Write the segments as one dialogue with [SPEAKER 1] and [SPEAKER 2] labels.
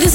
[SPEAKER 1] this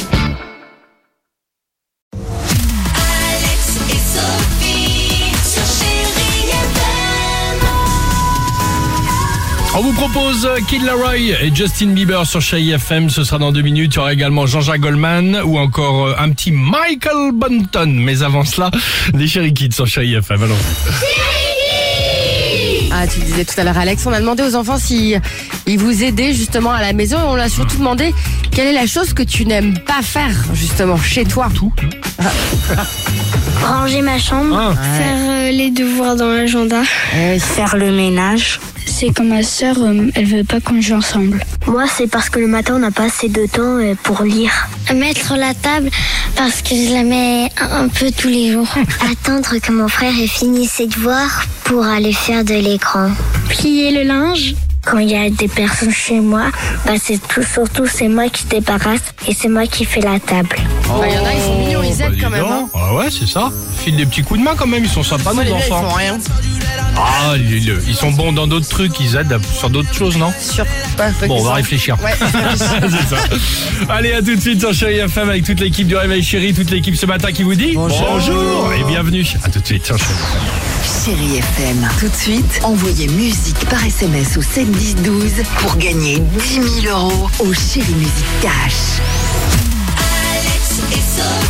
[SPEAKER 2] Alex et Sophie sur Chéri FM.
[SPEAKER 3] On vous propose euh, Kid Laroi et Justin Bieber sur Chérie FM. Ce sera dans deux minutes. Il y aura également Jean-Jacques Goldman ou encore euh, un petit Michael Bunton. Mais avant cela, les Chérie Kids sur Chérie FM. Allons.
[SPEAKER 4] Ah, tu le disais tout à l'heure, Alex. On a demandé aux enfants si ils vous aidaient justement à la maison. On l'a
[SPEAKER 3] Mmh.
[SPEAKER 4] surtout demandé quelle est la chose que tu n'aimes pas faire justement chez toi. Tout.
[SPEAKER 5] Ranger ma chambre,
[SPEAKER 3] Ah.
[SPEAKER 5] faire euh, les devoirs dans l'agenda,
[SPEAKER 4] Euh, Faire le ménage.
[SPEAKER 5] c'est quand ma sœur, euh, elle veut pas qu'on joue ensemble. Moi, c'est parce que le matin, on n'a pas assez de temps euh, pour lire. Mettre la table, parce que je la mets un peu tous les jours. Attendre que mon frère ait fini ses devoirs pour aller faire de l'écran. Plier le linge. Quand il y a des personnes chez moi, bah c'est tout, surtout c'est moi qui débarrasse et c'est moi qui fais la table.
[SPEAKER 4] Il y en a, ils sont mignons, ils
[SPEAKER 3] Bah,
[SPEAKER 4] aident
[SPEAKER 3] dis
[SPEAKER 4] quand même.
[SPEAKER 3] donc.
[SPEAKER 4] hein.
[SPEAKER 3] Ah ouais, c'est ça. File des petits coups de main quand même. Ils sont sympas, nos enfants.
[SPEAKER 6] rien.
[SPEAKER 3] Ah, ils, ils sont bons dans d'autres trucs. Ils aident à- sur d'autres choses, non
[SPEAKER 4] Sur- pas- pas
[SPEAKER 3] Bon, on
[SPEAKER 4] qu'ils
[SPEAKER 3] va
[SPEAKER 4] sont-
[SPEAKER 3] réfléchir.
[SPEAKER 4] Ouais.
[SPEAKER 3] C'est ça. Allez, à tout de suite sur Chérie FM avec toute l'équipe du Réveil Chérie, toute l'équipe ce matin qui vous dit
[SPEAKER 6] Bonjour.
[SPEAKER 3] et bienvenue. À tout de suite sur Chérie.
[SPEAKER 6] Chérie FM. Tout de suite, envoyez musique par SMS au 7 10 12 pour gagner 10 000 euros au Chérie Music Cash.
[SPEAKER 2] Alex et Sophie.